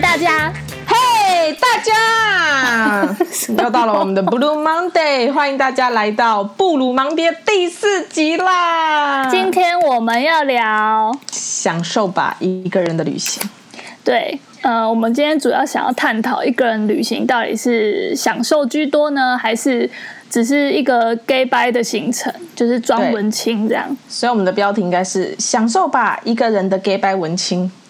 大家，嘿、大 家，又到了我们的 Blue Monday，欢迎大家来到布鲁芒爹第四集啦！今天我们要聊，享受吧一个人的旅行，对，呃，我们今天主要想要探讨一个人旅行到底是享受居多呢，还是只是一个 gay bye 的行程，就是装文青这样。所以我们的标题应该是“享受吧一个人的 gay 白文青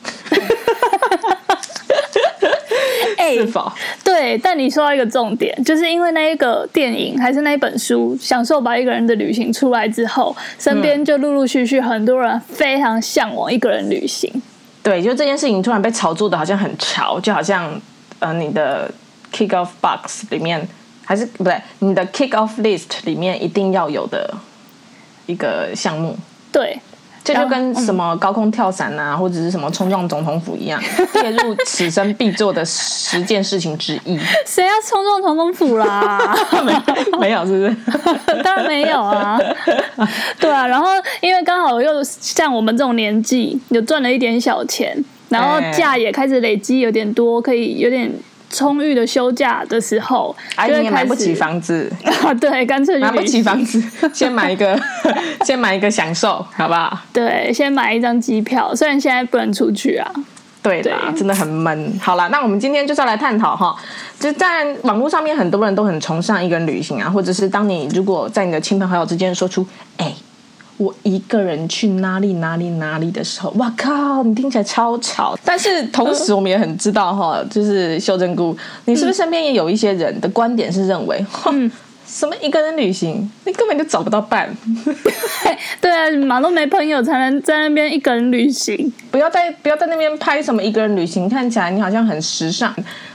哎”， 是否？对，但你说到一个重点，就是因为那一个电影还是那一本书《享受吧一个人的旅行》出来之后，身边就陆陆续续很多人非常向往一个人旅行。对，就这件事情突然被炒作的好像很潮，就好像呃你的 kick off box 里面还是不对，你的 kick off list 里面一定要有的一个项目。对，这然就后跟什么高空跳伞啊，或者是什么冲撞总统府一样，列入此生必做的十件事情之一。 谁要冲撞总统府啦？ 没有，是不是？当然没有啊， 对啊。然后因为刚好又像我们这种年纪，有赚了一点小钱，然哎后假也开始累积有点多，可以有点充裕的休假的时候， 阿就姨会啊也开买始不起房子，啊， 对，干脆去买不旅起行房子，先买一个，先买一个享受，好不好？对，先买一张机票，虽然现在不能出去啊，对啦，对真的很闷。好啦，那我们今天就是要来探讨哈，就在网络上面，很多人都很崇尚一个人旅行啊，或者是当你如果在你的亲朋好友之间说出“哎、我一个人去哪里哪里哪里”的时候，哇靠，你听起来超吵。但是同时，我们也很知道哈，就是修真姑，你是不是身边也有一些人的观点是认为，哼，什么一个人旅行，你根本就找不到伴，对啊，马都没朋友才能在那边一个人旅行，不要在不要在那边拍什么一个人旅行，看起来你好像很时尚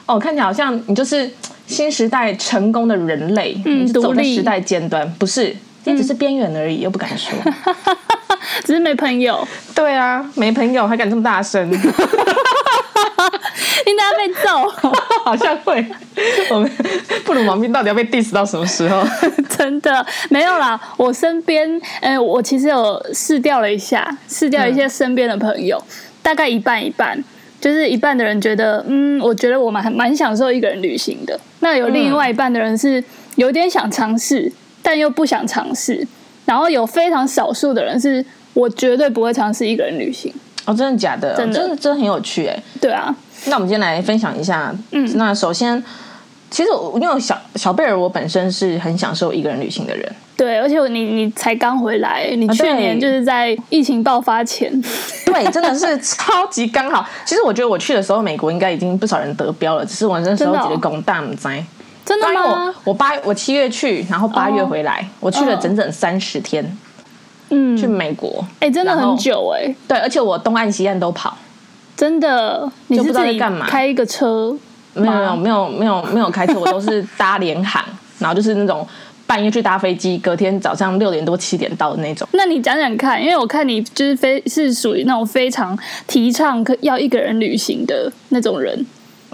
哦，看起来好像你就是新时代成功的人类，嗯你就走独在立时代尖端，不是，你只是边缘而已，又不敢说。嗯只是没朋友， 对啊，没朋友还敢这么大 声，你等下被揍。好像会。我们布鲁盲兵到底要被 diss 到什么时 候？真的没有啦，我身边，呃，我其实有试掉了一下，试掉一嗯些身边的朋友，大概一半一半，就是一半的人觉得，嗯，我觉得我蛮蛮享受一个人旅行的。那有另外一半的人是有点想尝试，但又不想尝试，然后有非常少数的人是，我绝对不会尝试一个人旅行。哦，真的假的？真的真的真的很有趣哎、对啊，那我们今天来分享一下，嗯，那首先，其实我因为小小贝尔，我本身是很享受一个人旅行的人。对，而且你你才刚回来，你啊去对年就是在疫情爆发前，对，真的是 超级刚好。其实我觉得我去的时候，美国应该已经不少人得标了，只是我那时候真的哦觉得拱大唔灾。真的因为吗我？我八我七月去，然后八月哦回来，我去了嗯整整三十天嗯，去美国。哎、真的然后很久哎、对，而且我东岸西岸都跑，真的，你是不知道自在己干嘛开一个车，没有没有没有没有没有开车，我都是搭联航， 然后就是那种半夜去搭飞机，隔天早上六点多七点到的那种。那你讲讲看，因为我看你就是非是属于那种非常提倡可要一个人旅行的那种人，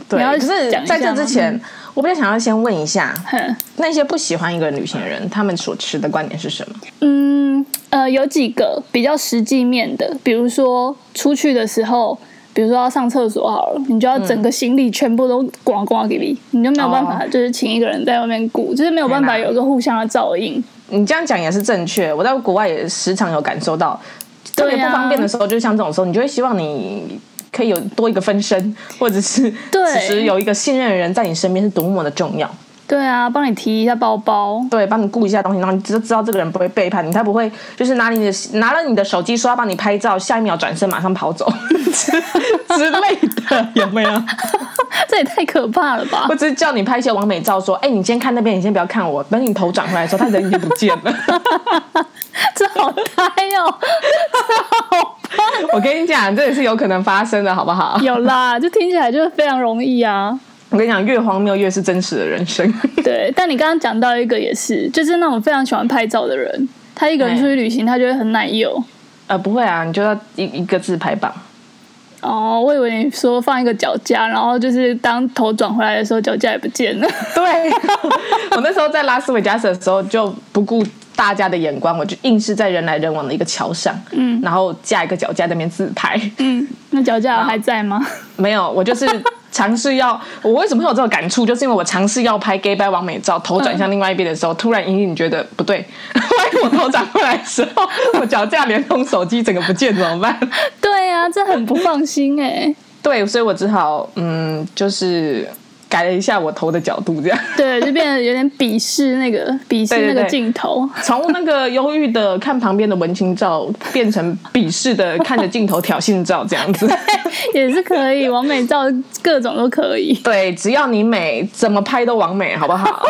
对，你要可是讲一在下这吗之前，我比较想要先问一下哼，那些不喜欢一个人旅行的人，他们所持的观点是什么？嗯，呃，有几个比较实际面的，比如说出去的时候，比如说要上厕所好了，你就要整个行李全部都刮刮给你，你就没有办法，哦就是请一个人在外面顾，就是没有办法天哪有一个互相的照应。你这样讲也是正确，我在国外也时常有感受到，特别对啊不方便的时候，就像这种时候，你就会希望你可以有多一个分身，或者是对 此时有一个信任的人在你身边是多么的重要。对啊，帮你提一下包包，对，帮你顾一下东西，然后你就知道这个人不会背叛你，他不会就是拿你的拿了你的手机说要帮你拍照，下一秒转身马上跑走 之之类的，有没有？这也太可怕了吧或！者是叫你拍一些完美照，说，哎、你先看那边，你先不要看我，等你头转回来的时候，他人已经不见了。这好呆哦，这好 我跟你讲，这也是有可能发生的，好不好？ 有啦，就听起来就是非常容易啊。 我跟你讲，越荒谬越是真实的人生。对，但你刚刚讲到一个也是，就是那种非常喜欢拍照的人，他一个人出去旅行，他就会很奶油。 呃，不会啊，你就要一一个字排榜。哦，我以为你说放一个脚架，然后就是当头转回来的时候，脚架也不见了。 对， 我那时候在拉斯维加斯的时候，就不顾大家的眼光，我就硬是在人来人往的一个桥上，嗯， 然后架一个脚架在那边自拍。嗯，那脚架还在吗？没有，我就是尝试要我为什么会有这种感触，就是因为我尝试要拍 gay 拜完美照，头转向另外一边的时候，突然隐隐觉得不对， 万一我头转过来的时候，我脚架连同手机整个不见怎么办？ 对啊，这很不放心哎、对，所以我只好嗯，就是改了一下我头的角度，这样。对，就变得有点鄙视那个鄙视对对那个对镜头。从那个忧郁的看旁边的文青照，变成鄙视的看着镜头挑衅照，这样子。也是可以，完美照各种都可以，对，只要你美，怎么拍都完美，好不好？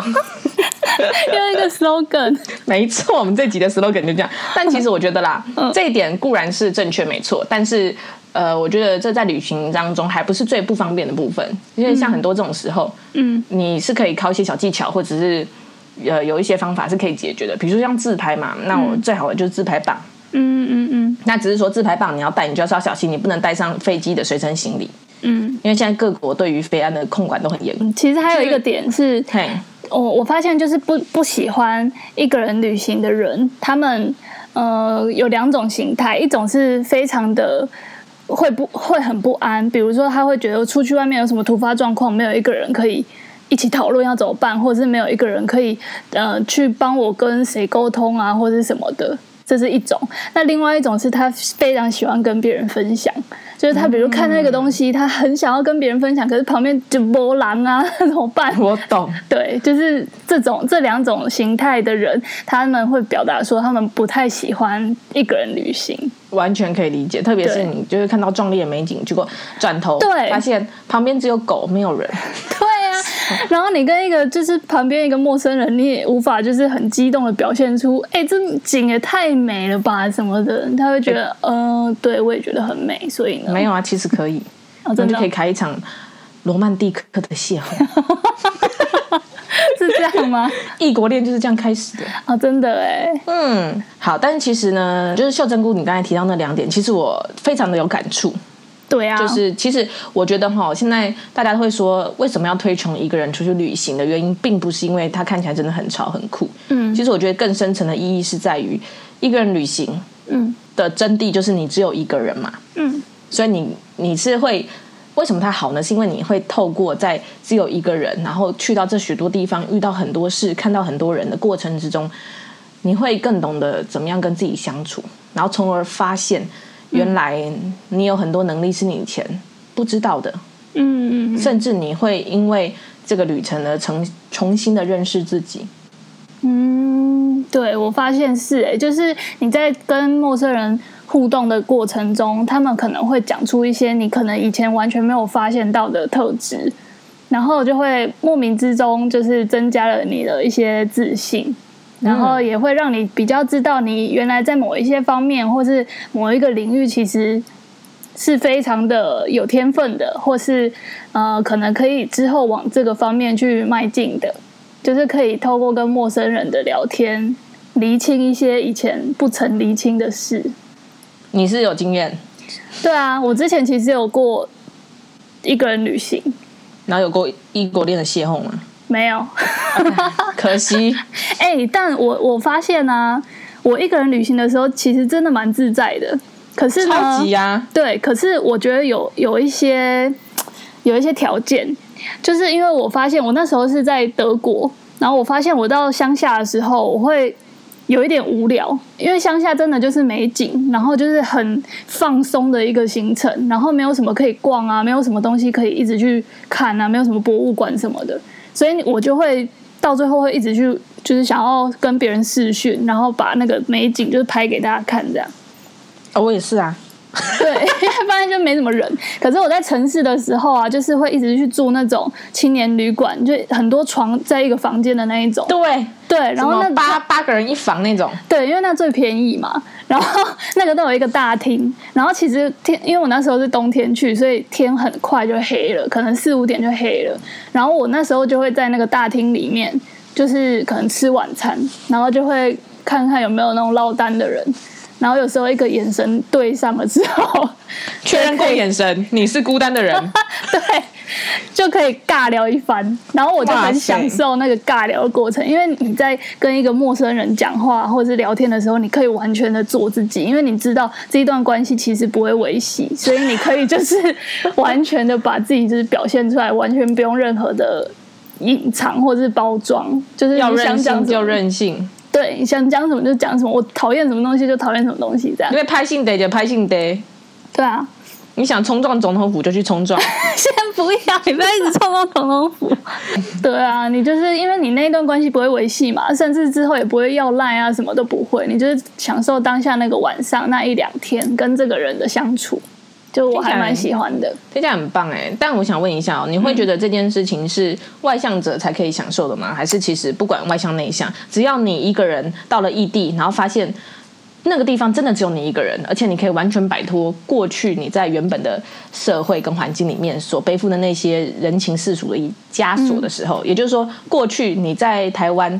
用一个 slogan。没错，我们这集的 slogan 就这样。但其实我觉 得啦，嗯这一点固然是正确没错，但是呃，我觉得这在旅行当中还不是最不方便的部分，因为像很多这种时候，嗯，你是可以靠一些小技巧，或者是呃有一些方法是可以解决的，比如说像自拍嘛，那我最好的就是自拍棒。嗯嗯嗯嗯那只是说自拍棒你要带，你就是要小心，你不能带上飞机的随身行李，嗯因为现在各国对于飞安的控管都很严。嗯， 其实还有一个点是，嘿，我我发现就是不不喜欢一个人旅行的人，他们呃有两种形态，一种是非常的。会不会很不安？比如说，他会觉得出去外面有什么突发状况，没有一个人可以一起讨论要怎么办，或者是没有一个人可以呃去帮我跟谁沟通啊，或者是什么的，这是一种。那另外一种是他非常喜欢跟别人分享，就是他比如看那个东西，他很想要跟别人分享，可是旁边就波浪啊， 怎么办？我懂。对，就是这种这两种形态的人，他们会表达说他们不太喜欢一个人旅行。完全可以理解，特别是对你就是看到壮丽的美景，结果转头对发现旁边只有狗 没有人，对啊，然后你跟一个就是旁边一个陌生人，你也无法就是很激动的表现出，哎、这景也太美了吧什么的，他会觉得，嗯、呃，对我也觉得很美，所以呢，没有啊，其实可以，哦、那真就的可以开一场罗曼蒂克的邂逅， 是这样吗？异国恋就是这样开始的。哦，真的哎，嗯，好，但是其实呢，就是秀珍菇，你刚才提到那两点，其实我非常的有感触，对啊，就是其实我觉得哈，现在大家会说为什么要推崇一个人出去旅行的原因，并不是因为他看起来真的很潮很酷，嗯其实我觉得更深层的意义是在于一个人旅行嗯的真谛就是你只有一个人嘛，嗯所以你你是会为什么它好呢？是因为你会透过在只有一个人，然后去到这许多地方，遇到很多事，看到很多人的过程之中，你会更懂得怎么样跟自己相处，然后从而发现原来你有很多能力是你以前不知道的，嗯嗯甚至你会因为这个旅程而重重新的认识自己。嗯，对，我发现是哎、就是你在跟陌生人互动的过程中，他们可能会讲出一些你可能以前完全没有发现到的特质，然后就会莫名之中就是增加了你的一些自信。然后也会让你比较知道，你原来在某一些方面或是某一个领域，其实是非常的有天分的，或是呃，可能可以之后往这个方面去迈进的。就是可以透过跟陌生人的聊天，厘清一些以前不曾厘清的事。你是有经验，对啊，我之前其实有过一个人旅行，然后有过异国恋的邂逅吗？没有。 啊可惜，哎、但我我发现啊，我一个人旅行的时候，其实真的蛮自在的。可是呢，超级啊呀、对，可是我觉得有有一些有一些条件，就是因为我发现我那时候是在德国，然后我发现我到乡下的时候，我会有一点无聊，因为乡下真的就是美景，然后就是很放松的一个行程，然后没有什么可以逛啊，没有什么东西可以一直去看啊，没有什么博物馆什么的，所以我就会到最后会一直去，就是想要跟别人视讯，然后把那个美景就是拍给大家看这样。哦，我也是啊。对， 因为发现就没什么人。可是我在城市的时候啊，就是会一直去住那种青年旅馆，就很多床在一个房间的那一种。对，对，然后什那么八八个人一房 那种，对，因为那最便宜嘛。然后 那个都有一个大厅，然后其实天，因为我那时候是冬天去，所以天很快就黑了，可能四五点就黑了。然后我那时候就会在那个大厅里面，就是可能吃晚餐，然后就会看看有没有那种落单的人。然后有时候一个眼神对上了之后， 确认过眼神，你是孤单的人，对，就可以尬聊一番，然后我就很享受那个尬聊的过程，因为你在跟一个陌生人讲话或者是聊天的时候，你可以完全的做自己，因为你知道这一段关系其实不会维系，所以你可以就是完全的把自己就是表现出来，完全不用任何的隐藏或者是包装，就是要你想任讲性什就么，任性，对，你想讲什么就讲什么，我讨厌什么东西就讨厌什么东西，这样因为拍性得就拍性得，对啊。你想冲撞总统府就去冲撞，先不要，你不要一直冲动总统府。对啊，你就是因为你那一段关系不会维系嘛，甚至之后也不会要赖啊，什么都不会，你就是享受当下那个晚上那一两天跟这个人的相处，就我还蛮喜欢的。这家很棒哎、但我想问一下哦，你会觉得这件事情是外向者才可以享受的吗？还是其实不管外向内向，只要你一个人到了异地，然后发现那个地方真的只有你一个人，而且你可以完全摆脱过去你在原本的社会跟环境里面所背负的那些人情世俗的一枷锁的时候，也就是说，过去你在台湾，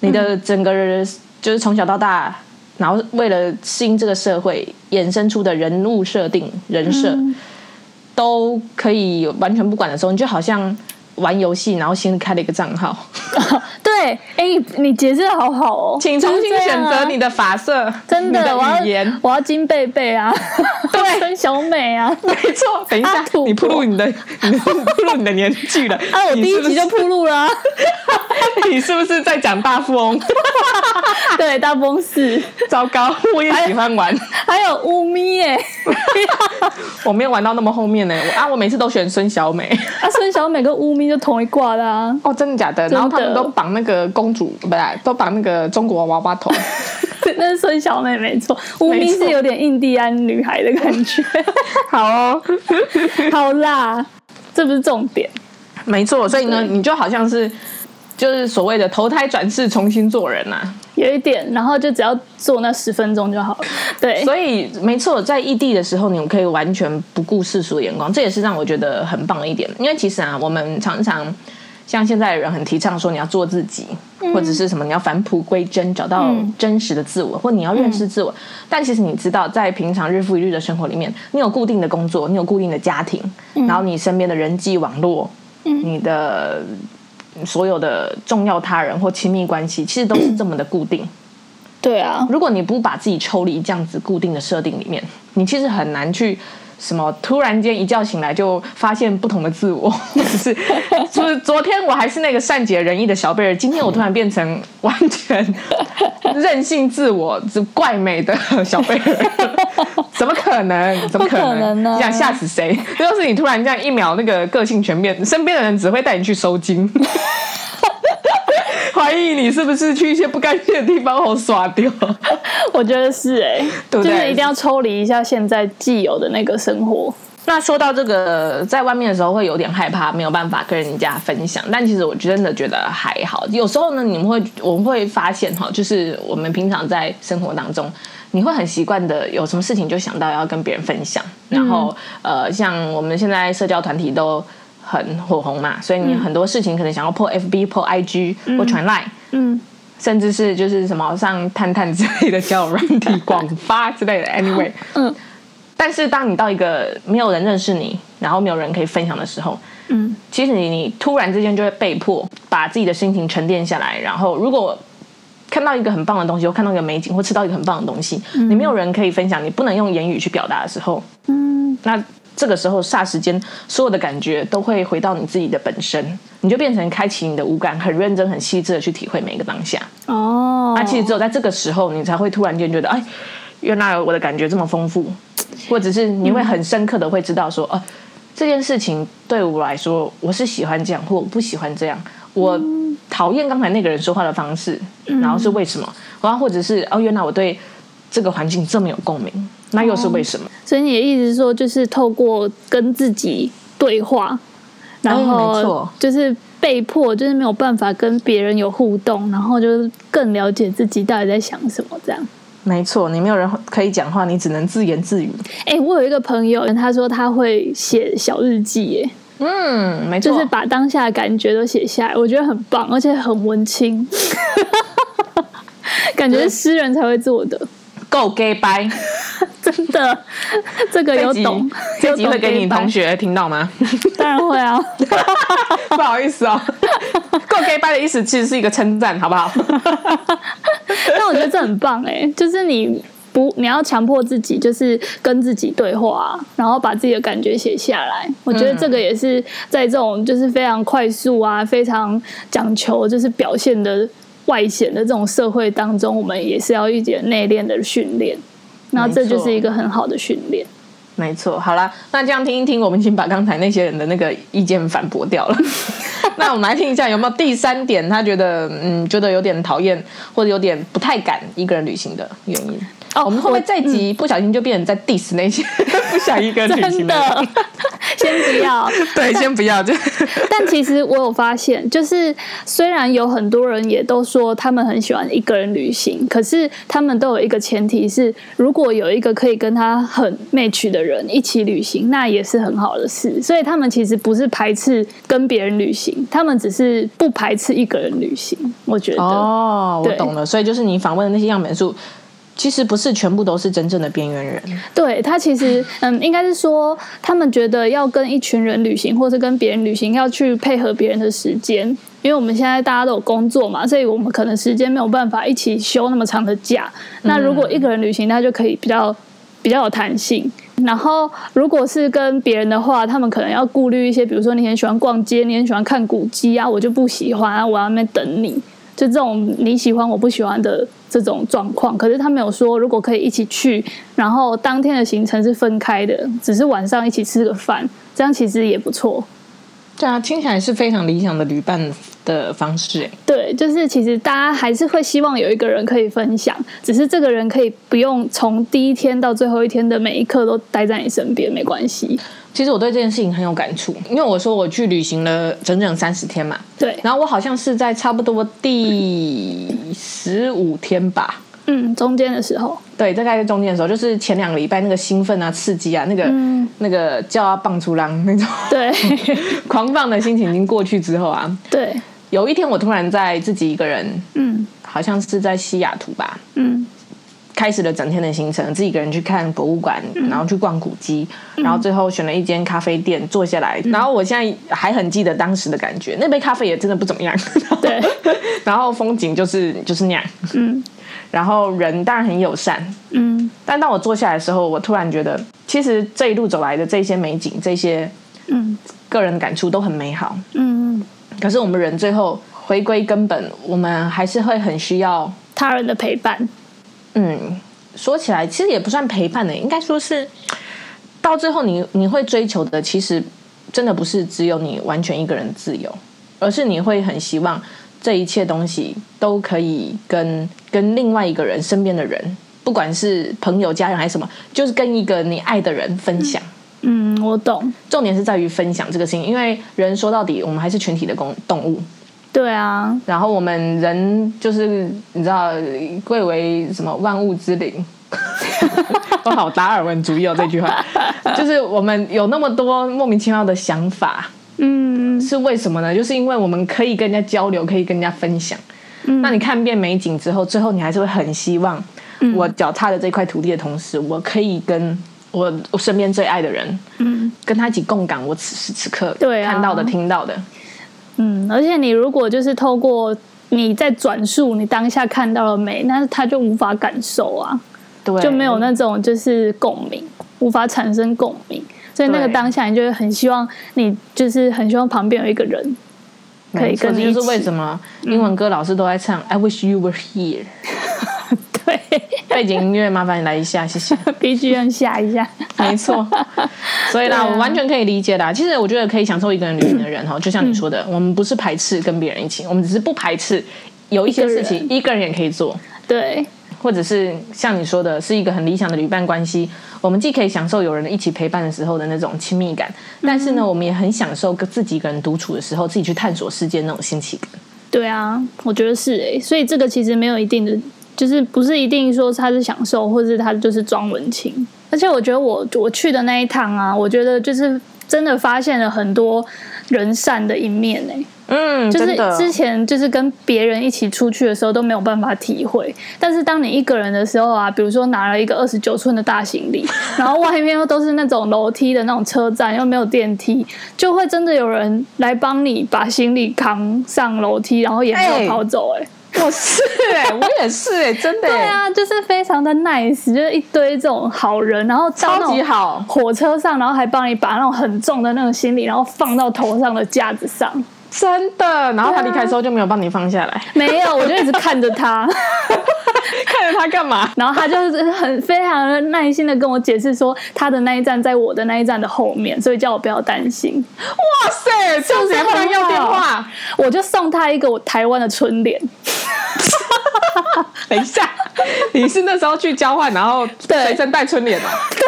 你的整个人就是从小到大。然后为了适应这个社会衍生出的人物设定、人设，都可以完全不管的时候，你就好像玩游戏，然后新开了一个账号，对，哎、你你节制得好好哦， 请重就新是这选样啊择你的发色、真你的，我的语要言。我要金贝贝啊，对跟小美啊。 没错，等一下阿土，你暴露你的， 你暴露你的年纪 了。啊！我你第是一不集是就铺路 了啊、你是不是在讲大富翁？ 对，大风四，糟糕，我也喜欢玩，还有乌咪 耶、我没有玩到那么后面呢。我啊，我每次都选孙小美。啊，孙小美跟乌咪就同一挂的啊。哦，真的假的？的然后他们都绑那个公主，不是，都绑那个中国娃娃头。 那是孙小美没错，无名是有点印第安女孩的感觉。 好哦， 好啦，这不是重点，没错，所以呢，你就好像是就是所谓的投胎转世，重新做人呐、啊。有一点，然后就只要做那十分钟就好了。对，所以没错，在异地的时候，你们可以完全不顾世俗的眼光，这也是让我觉得很棒的一点。因为其实啊，我们常常像现在的人很提倡说你要做自己，或者是什么你要返璞归真，找到嗯真实的自我，或你要认识自我。但其实你知道，在平常日复一日的生活里面，你有固定的工作，你有固定的家庭，嗯然后你身边的人际网络，你的嗯所有的重要他人或亲密关系，其实都是这么的固定。对啊，如果你不把自己抽离这样子固定的设定里面，你其实很难去什么突然间一觉醒来就发现不同的自我， 或者是就是昨天我还是那个善解人意的小贝尔，今天我突然变成完全 任性自我、只怪美的小贝尔，怎么可能？怎么可不可能啊你想吓死谁？这就是你突然这样一秒那个个性全变，身边的人只会带你去收金。 怀疑你是不是去一些不该去的地方后耍掉？我觉得是哎、对不就对是一定要抽离一下现在既有的那个生活。那说到这个，在外面的时候会有点害怕，没有办法跟人家分享。但其实我真的觉得还好。有时候呢，你们会我们会发现哈，就是我们平常在生活当中，你会很习惯的，有什么事情就想到要跟别人分享。然后、呃，像我们现在社交团体都很火红嘛，所以你很多事情可能想要破 FB、破 IG 或传 Line。嗯，甚至是就是什么上探探之类的交友软体广发之类的，anyway，嗯但是当你到一个没有人认识你，然后没有人可以分享的时候，嗯，其实你你突然之间就会被迫把自己的心情沉淀下来，然后如果看到一个很棒的东西，或看到一个美景，或吃到一个很棒的东西，你没有人可以分享，你不能用言语去表达的时候，嗯，那这个时候霎时间，所有的感觉都会回到你自己的本身，你就变成开启你的五感，很认真、很细致的去体会每一个当下。哦，那其实只有在这个时候，你才会突然间觉得，哎，原来我的感觉这么丰富，或者是你会很深刻的会知道说，哦、这件事情对我来说，我是喜欢这样，或我不喜欢这样，我讨厌刚才那个人说话的方式，然后是为什么？然后或者是哦，原来我对这个环境这么有共鸣，那又是为什么？所以你的意思是说，就是透过跟自己对话，然哎没后错就是被迫，就是没有办法跟别人有互动，然后就是更了解自己到底在想什么这样。没错，你没有人可以讲话，你只能自言自语。哎、我有一个朋友，他说他会写小日记，耶，嗯，没错，就是把当下的感觉都写下来，我觉得很棒， 而且很文青，感觉是诗人才会做的。够 gay 掰。真的，这个有这集懂，这有集懂会给你 gay 掰同，学听到吗？当然会啊。 不好意思哦，够 gay 掰的意思其实是一个称赞，好不好？ 但我觉得这很棒哎、就是你不你要强迫自己，就是跟自己对话，啊然后把自己的感觉写下来。我觉得这个嗯也是在这种就是非常快速啊，非常讲求就是表现的外显的这种社会当中，我们也是要一点内敛的训练。然后这就是一个很好的训练。 没错，好啦，那这样听一听，我们已经把刚才那些人的那个意见反驳掉 了。那我们来听一下有没有第三点，他觉得嗯，觉得有点讨厌或者有点不太敢一个人旅行的原因。哦我们会不会这一集不小心就变成在 diss 那些 不想一个人旅真 行的人？的， 先不要。 对，先不要，就但其实我有发现，就是虽然有很多人也都说他们很喜欢一个人旅行，可是他们都有一个前提是，如果有一个可以跟他很 match 的人一起旅行，那也是很好的事。所以他们其实不是排斥跟别人旅行，他们只是不排斥一个人旅行。我觉得，哦，我对懂了。所以就是你访问的那些样本数，其实不是全部都是真正的边缘人。对他其实，嗯，应该是说他们觉得要跟一群人旅行，或是跟别人旅行，要去配合别人的时间，因为我们现在大家都有工作嘛，所以我们可能时间没有办法一起休那么长的假。那如果一个人旅行，他就可以比较比较有弹性。然后，如果是跟别人的话，他们可能要顾虑一些，比如说你很喜欢逛街，你很喜欢看古迹啊，我就不喜欢啊，我要在那边等你，就这种你喜欢我不喜欢的这种状况。可是他没有说，如果可以一起去，然后当天的行程是分开的，只是晚上一起吃个饭，这样其实也不错。对啊，听起来是非常理想的旅伴的方式。哎，对，就是其实大家还是会希望有一个人可以分享，只是这个人可以不用从第一天到最后一天的每一刻都待在你身边，没关系。其实我对这件事情很有感触，因为我说我去旅行了整整三十天嘛，对，然后我好像是在差不多第十五天吧，嗯，中间的时候，对，大概在中间的时候，就是前两个礼拜那个兴奋啊、刺激啊，那个、嗯那个叫啊棒出浪那种对狂放的心情已经过去之后啊，对，有一天我突然在自己一个人，嗯好像是在西雅图吧，嗯开始了整天的行程，自己一个人去看博物馆，然后去逛古迹，然后最后选了一间咖啡店坐下来。然后我现在还很记得当时的感觉，那杯咖啡也真的不怎么样。对， 然后风景就是就是那样，嗯然后人当然很友善，嗯但当我坐下来的时候，我突然觉得，其实这一路走来的这些美景，这些嗯个人的感触都很美好。嗯，可是我们人最后回归根本，我们还是会很需要他人的陪伴，嗯，说起来其实也不算陪伴的，应该说是到最后你你会追求的，其实真的不是只有你完全一个人自由，而是你会很希望这一切东西都可以跟跟另外一个人身边的人，不管是朋友、家人还是什么，就是跟一个你爱的人分享。嗯，我懂，重点是在于分享这个事情，因为人说到底，我们还是群体的公动物。对啊，然后我们人就是你知道，贵为什么万物之灵。 我好达尔文主义哦，这句话 就是我们有那么多莫名其妙的想法，嗯是为什么呢？就是因为我们可以跟人家交流，可以跟人家分享。那你看遍美景之后，最后你还是会很希望，我脚踏的这块土地的同时，我可以跟我我身边最爱的人，嗯跟他一起共感我此时此刻对啊看到的、听到的。嗯，而且你如果就是透过你在转述你当下看到了美，那他就无法感受啊。对，就没有那种就是共鸣，无法产生共鸣。所以那个对当下，你就会很希望你就是很希望旁边有一个人 可以没错跟你这一就是为起。嗯什么英文歌老师都在唱、I wish you were here。对背景音乐麻烦你来一下， 谢谢。 ，BGM 下一下， 没错， 所以啦，对啊我完全可以理解啦。其实我觉得可以享受一个人旅行的人哈，就像你说的，嗯我们不是排斥跟别人一起，我们只是不排斥有一些事情一个人也可以做，对或者是像你说的，是一个很理想的旅伴关系。我们既可以享受有人一起陪伴的时候的那种亲密感，但是嗯呢，我们也很享受跟自己一个人独处的时候，自己去探索世界那种新奇感。对啊，我觉得是诶、所以这个其实没有一定的，就是不是一定说他是享受，或是他就是装文青。而且我觉得我我去的那一趟啊，我觉得就是真的发现了很多人善的一面诶、嗯，就是真的之前就是跟别人一起出去的时候都没有办法体会，但是当你一个人的时候啊，比如说拿了一个二十九寸的大行 李，然后外面又都是那种楼梯的那种车站，又没有电梯，就会真的有人来帮你把行李扛上楼梯，然后也没哎有跑走、哎、我是哎、我也是哎、真的、对哎，啊，就是非常的 nice，就是一堆这种好人，然后到那超种级好。火车上，然后还帮你把那种很重的那种行李，然后放到头上的架子上。真的。然后他对啊离开之后就没有帮你放 下来，没有，我就一直看着他，看着他干嘛？然后他就是很非常的耐心的跟我解释说，他的那一站在我的那一站的后面，所以叫我不要担心。哇塞，这样不子是还很不能要电好话？我就送他一个我台湾的春联， 等一下，你是那时候去交换，然后对随身带春联吗？啊对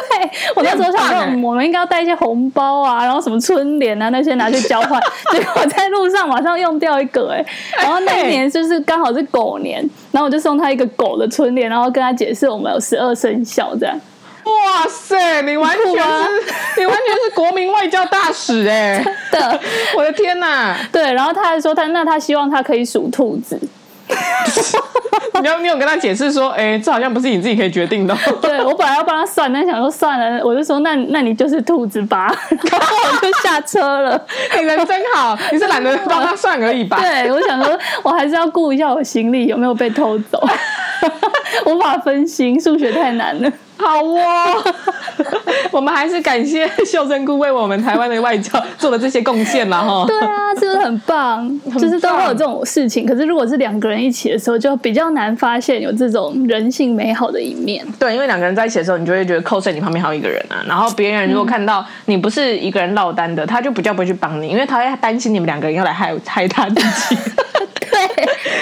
我那时候想你说，很棒欸嗯我们应该要带一些红包啊，然后什么春联啊那些拿去交换，结果在路上马上用掉一个哎、然后那一年就是刚好是狗年，然后我就送他一个狗的春联，然后跟他解释我们有十二生肖这样。哇塞，你完全酷啊是，你完全是国民外交大使哎、的，我的天哪、对，然后他还说他那他希望他可以属兔子，你有你有跟他解释说，哎、这好像不是你自己可以决定的哦。 对我本来要帮他算，但想说算了，我就说那那你就是兔子吧，然后我就下车了。你人真好， 你是懒得帮他算而已吧？对，我想说我还是要顾一下我行李有没有被偷走， 无法分心，数学太难了。好哦， 我们还是感谢秀珍姑为我们台湾的外交做了这些贡献了哈。对啊，是不是很棒？就是都会有这种事情，可是如果是两个人一起的时候，就比较难发现有这种人性美好的一面。对，因为两个人在一起的时候，你就会觉得扣在你旁边还有一个人啊。然后别人如果看到你不是一个人落单的，他就比较不会去帮你，因为他会担心你们两个人要来害害他自 己。对。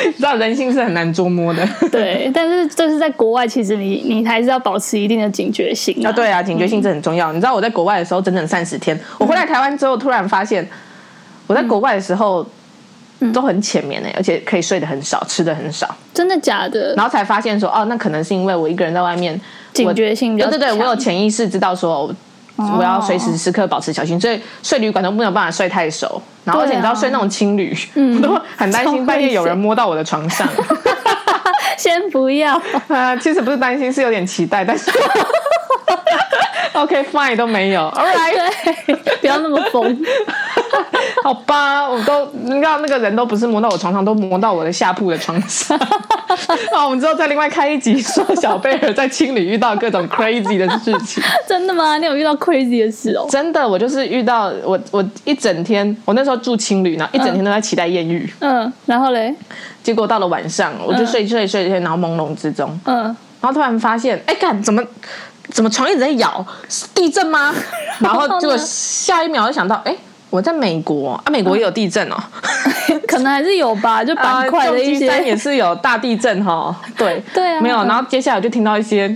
你知道人性是很难捉摸的对，但是就是在国外，其实你你还是要保持一定的警觉性啊。 对啊，警觉性这很重要。你知道我在国外的时候整整三十天，我回来台湾之后突然发现，我在国外的时候。都很浅眠呢、欸而且可以睡得很少，吃的很少，真的假的？然后才发现说，哦，那可能是因为我一个人在外面，警觉性比对较对对，我有潜意识知道说，我哦我要随时时刻保持小心，所以睡旅馆都没有办法睡太熟。然后而且对啊你知道睡那种青旅，嗯我都很担超危心险半夜有人摸到我的床 上。 先不要，啊，其实不是担心，是有点期待，但是 OK fine 都没有，All right，对， 不要那么疯。好吧，我都你知道那个人都不是摸到我床上，都摸到我的下铺的床上。 那我们之后再另外开一集说小贝尔在青旅遇到各种 crazy 的事情。真的吗？你有遇到 crazy 的事哦？真的，我就是遇到我我一整天，我那时候住青旅，然后一整天都在期待艳遇，嗯，然后嘞，结果到了晚上，我就睡睡睡睡，然后朦胧之中，嗯，然后突然发现，哎，干怎么怎么床一直在摇，是地震吗？然后呢结果下一秒就想到，哎，我在美国啊，美国也有地震哦，可能还是有吧，就啊板块的一旧金些，山也是有大地震哈、哦，对 对啊没有。嗯然后接下来我就听到一些。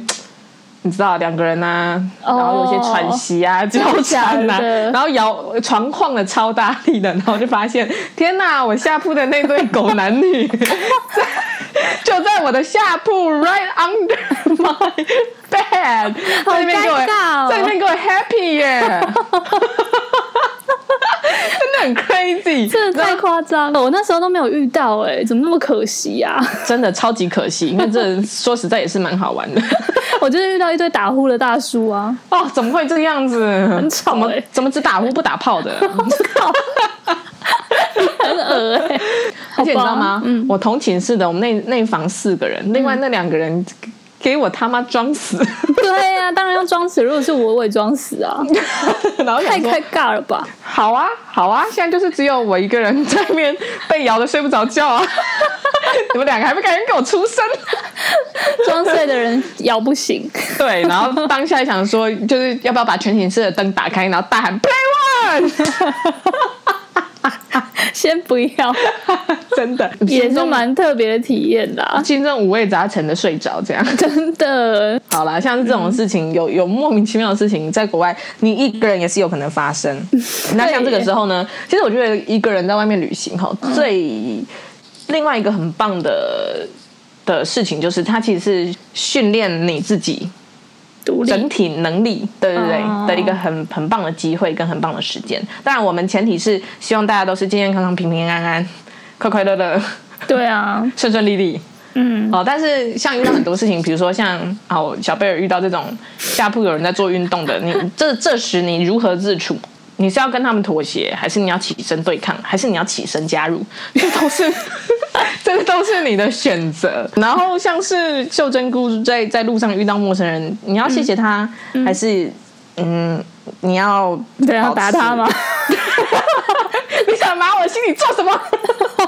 你知道两个人呐、哦然后有一些喘息啊、交缠真的假啊，的然后摇床晃的超大力的，然后我就发现，天哪！我下铺的那对狗男女在，就在我的下铺，right under my bed， 好在那边给我尴尬哦在那边给我 happy 耶，真的很 crazy，真的然后太夸张了，我那时候都没有遇到、哎，怎么那么可惜呀、啊？ 真的超级可惜，因为这说实在也是蛮好玩的。 我就是遇到一堆打呼的大叔啊，哦，怎么会这样子？很吵怎么欸怎么只打呼不 打炮的？很恶哎、 而且你知道吗？嗯，我同寝室的，我们那那一房四个人，另外那两个人给给我他妈装死， 对呀、当然要装死，如果是我，我也装死啊，然后太想说太尬了吧？好啊好啊，现在就是只有我一个人在面被摇的睡不着觉啊！ 你们两个还不赶紧给我出声？装睡的人摇不醒， 对，然后当下想说，就是要不要把全寝室的灯打开，然后大喊 Play One。 先不要，真的也是蛮特别的体验啦，心中五味杂陈的睡着这样。真的。好啦，像是这种事情，有有莫名其妙的事情，在国外你一个人也是有可能发生。 那像这个时候呢，其实我觉得一个人在外面旅行哈，嗯最另外一个很棒的的事情就是，它其实是训练你自己独立整体能力，对对对、哦的一个很很棒的机会跟很棒的时间。当然，我们前提是希望大家都是健健康康、平平安安、快快乐乐、对啊，顺顺利利。嗯，哦，但是像遇到很多事情，比如说像啊，我小贝尔遇到这种下铺有人在做运动的，你这这时你如何自处？你是要跟他们妥协，还是你要起身对抗，还是你要起身加入？ 这都是，这都是你的选择。然后像是袖珍菇在在路上遇到陌生人，你要谢谢他，嗯还是嗯，你要对啊，保打持他吗？ 你想拿我心里做 什么？ Oh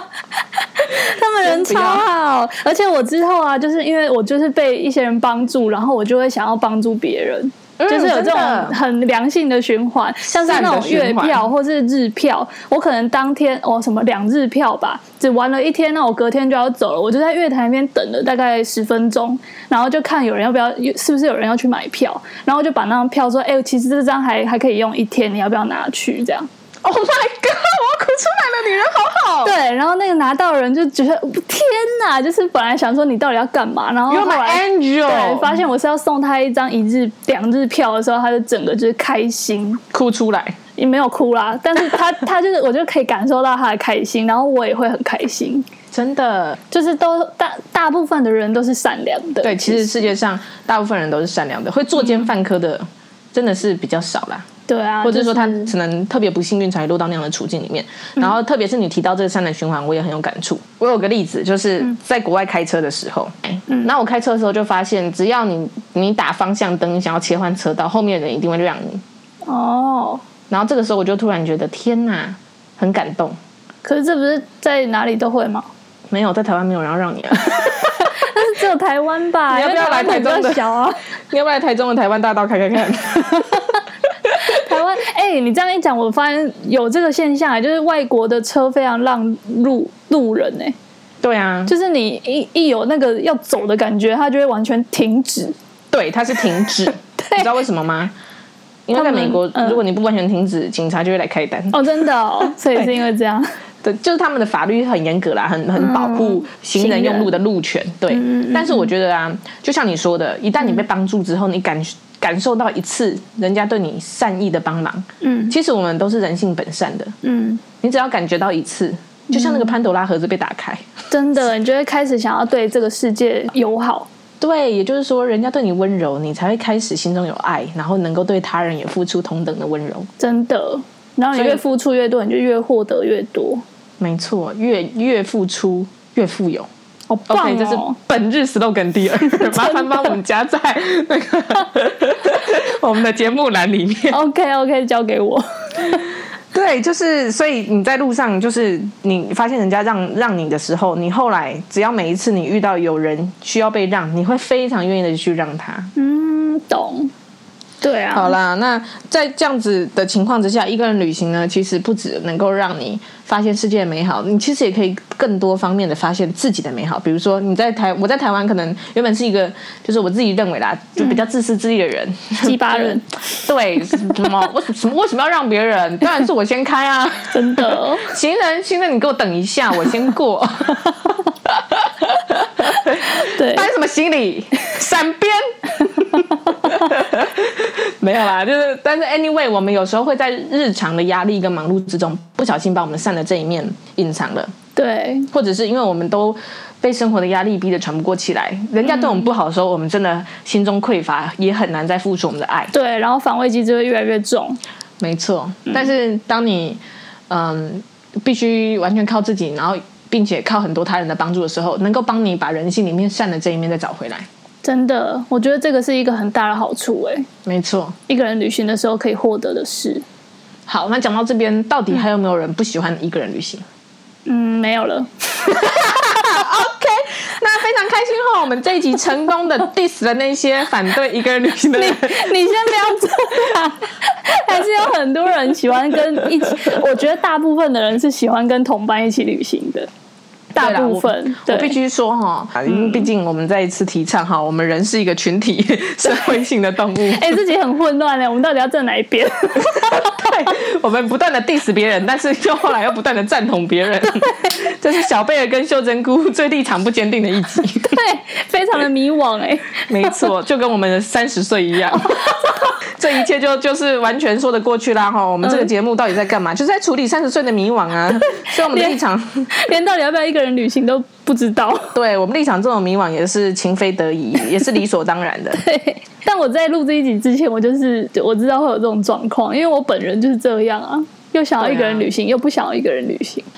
他们人先超不要好，而且我之后啊，就是因为我就是被一些人帮助，然后我就会想要帮助别人。就是有这嗯真种的很良性的循环，像是那善的种月循环票或是日票，我可能当天哦什么两日票吧，只玩了一天，那我隔天就要走了，我就在月台那边等了大概十分钟，然后就看有人要不要，是不是有人要去买票，然后我就把那张票说，哎、其实这张还还可以用一天，你要不要拿去？这样， Oh my god！我要哭出来了，女人好好。对，然后那个拿到的人就觉得天哪，就是本来想说你到底要干嘛，然后，You're 哦后 my 来 angel。对发现我是要送他一张一日两日票的时候，他就整个就是开心，哭出来。也没有哭啦，但是他 他就是我就可以感受到他的开心，然后我也会很开心，真的，就是都大大部分的人都是善良的，对，其实世界上大部分人都是善良的，会作奸犯科的真的是比较少啦，对嗯啊，或者就说他是嗯可能特别不幸运才落到那样的处境里面。然后，特别是你提到这个善的循环，我也很有感触。我有个例子，就是嗯在国外开车的时候，那我开车的时候就发现，只要你你打方向灯，你想要切换车道，后面的人一定会让你。哦，然后这个时候我就突然觉得，天哪，很感动。可是这不是在哪里都会吗？ 没有在台湾没有人要让你啊，但是只有台湾吧，你要不要来因为台中湾的比较小啊？ 你要不要来台中的台湾大道开开看？台湾，哎、你这样一讲，我发现有这个现象欸，就是外国的车非常让路路人哎、对啊，就是你一一有那个要走的感觉，他就会完全停止。对，它是停 止。你知道为什么吗？因为在美国他们，嗯如果你不完全停止，警察就会来开单。哦，真的哦，所以是因为这样，对，就是他们的法律很严格啦，很很保护嗯行人嗯用路的路权。对，但是我觉得啊，就像你说的，一旦你被帮助之后，你感感受到一次人家对你善意的帮忙， 嗯其实我们都是人性本善的。嗯，你只要感觉到一次，就像那个潘多拉盒子被打开，真的，你就会开始想要对这个世界友好。对，也就是说，人家对你温柔，你才会开始心中有爱，然后能够对他人也付出同等的温柔。真的。然后你所以越付出越多，你就越获得越多，没错，越越付出越富有。好棒 OK，、这 是哦！本日 slogan 第二， 麻烦帮我们加在那 个我们的节目栏里面。 OK OK，交给我。 对，就是所以你在路上，就是你发现人家让让你的时候，你后来只要每一次你遇到有人需要被让，你会非常愿意的去让他。嗯，懂。对啊，好啦，那在这样子的情况之下，一个人旅行呢，其实不只能够让你发现世界的美好，你其实也可以更多方面的发现自己的美好。比如说，你在台，我在台湾可能原本是一个，就是我自己认为啦，就比较自私自利的人，鸡巴人，对，什么为什么为什么要让别人？当然是我先开啊，真的。 行人，行人，你给我等一下，我先过。 对，搬什么行 李？闪边。没有啦，就是但是 anyway，我们有时候会在日常的压力跟忙碌之中，不小心把我们善的这一面隐藏了，对，或者是因为我们都被生活的压力逼得喘不过气来，人家对我们不好的时候，我们真的心中匮乏，也很难再付出我们的爱。对，然后防卫机制会越来越重。没错，但是当你嗯必须完全靠自己，然后并且靠很多他人的帮助的时候，能够帮你把人性里面善的这一面再找回来。真的，我觉得这个是一个很大的好处哎，没错。一个人旅行的时候可以获得的事。好，那讲到这边，到底还有没有人不喜欢一个人旅行？嗯，没有 了，那非常开心哈，我们这一集成功的 diss 了那些反对一个人旅行的人。你先不要这样，还是有很多人喜欢跟一起。我觉得大部分的人是喜欢跟同伴一起旅行的，大对啦部分我对必须说哈，因为毕竟我们再一次提倡哈，我们人是一个群体 社会性的动物。 哎哎、自己很混乱嘞，我们到底要站哪一边？ 我们不断的 diss 别人，但是又后来又不断的赞同别 人，这是小贝尔跟秀珍菇最立场不坚定的一集。 对，非常的迷惘哎、 没错，就跟我们三十岁一样， 这一切就就是完全说得过去啦哈。我们这个节目到底在干嘛？就是在处理三十岁的迷惘 啊。所以我们的立场，连到底要不要一个人旅行都不知道。对我们立场这种迷惘也是 情非得已，也是理所当然的。对， 但我在录这一集之前，我就是我知道会有这种状况，因为我本人就是这样啊，又想要一个人旅行，啊又不想要一个人旅行。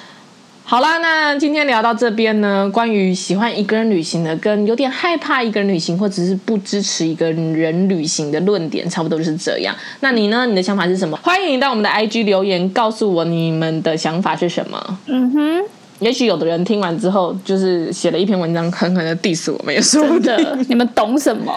好啦，那今天聊到这边呢，关于喜欢一个人旅行的，跟有点害怕一个人旅行，或者是不支持一个人旅行的论点，差不多就是这样。那你呢？你的想法是什么？ 欢迎你到我们的 IG 留言，告诉我你们的想法是什么。嗯哼，也许有的人听完之后，就是写了一篇文章，狠狠的 diss 我们，也说不真定。 的，你们懂什么？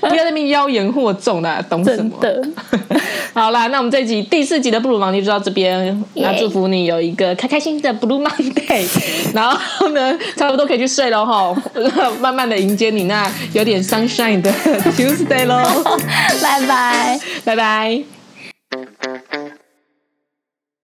不要在那边妖言惑众啦，懂什真么？的， 好啦，那我们这一集第四集的布鲁芒蒂就到这边。耶那祝福你有一个开开心心的布鲁芒蒂， 然后呢，差不多可以去睡喽哈， 慢慢的迎接你那有 点 sunshine 的 Tuesday 喽，拜拜。拜拜。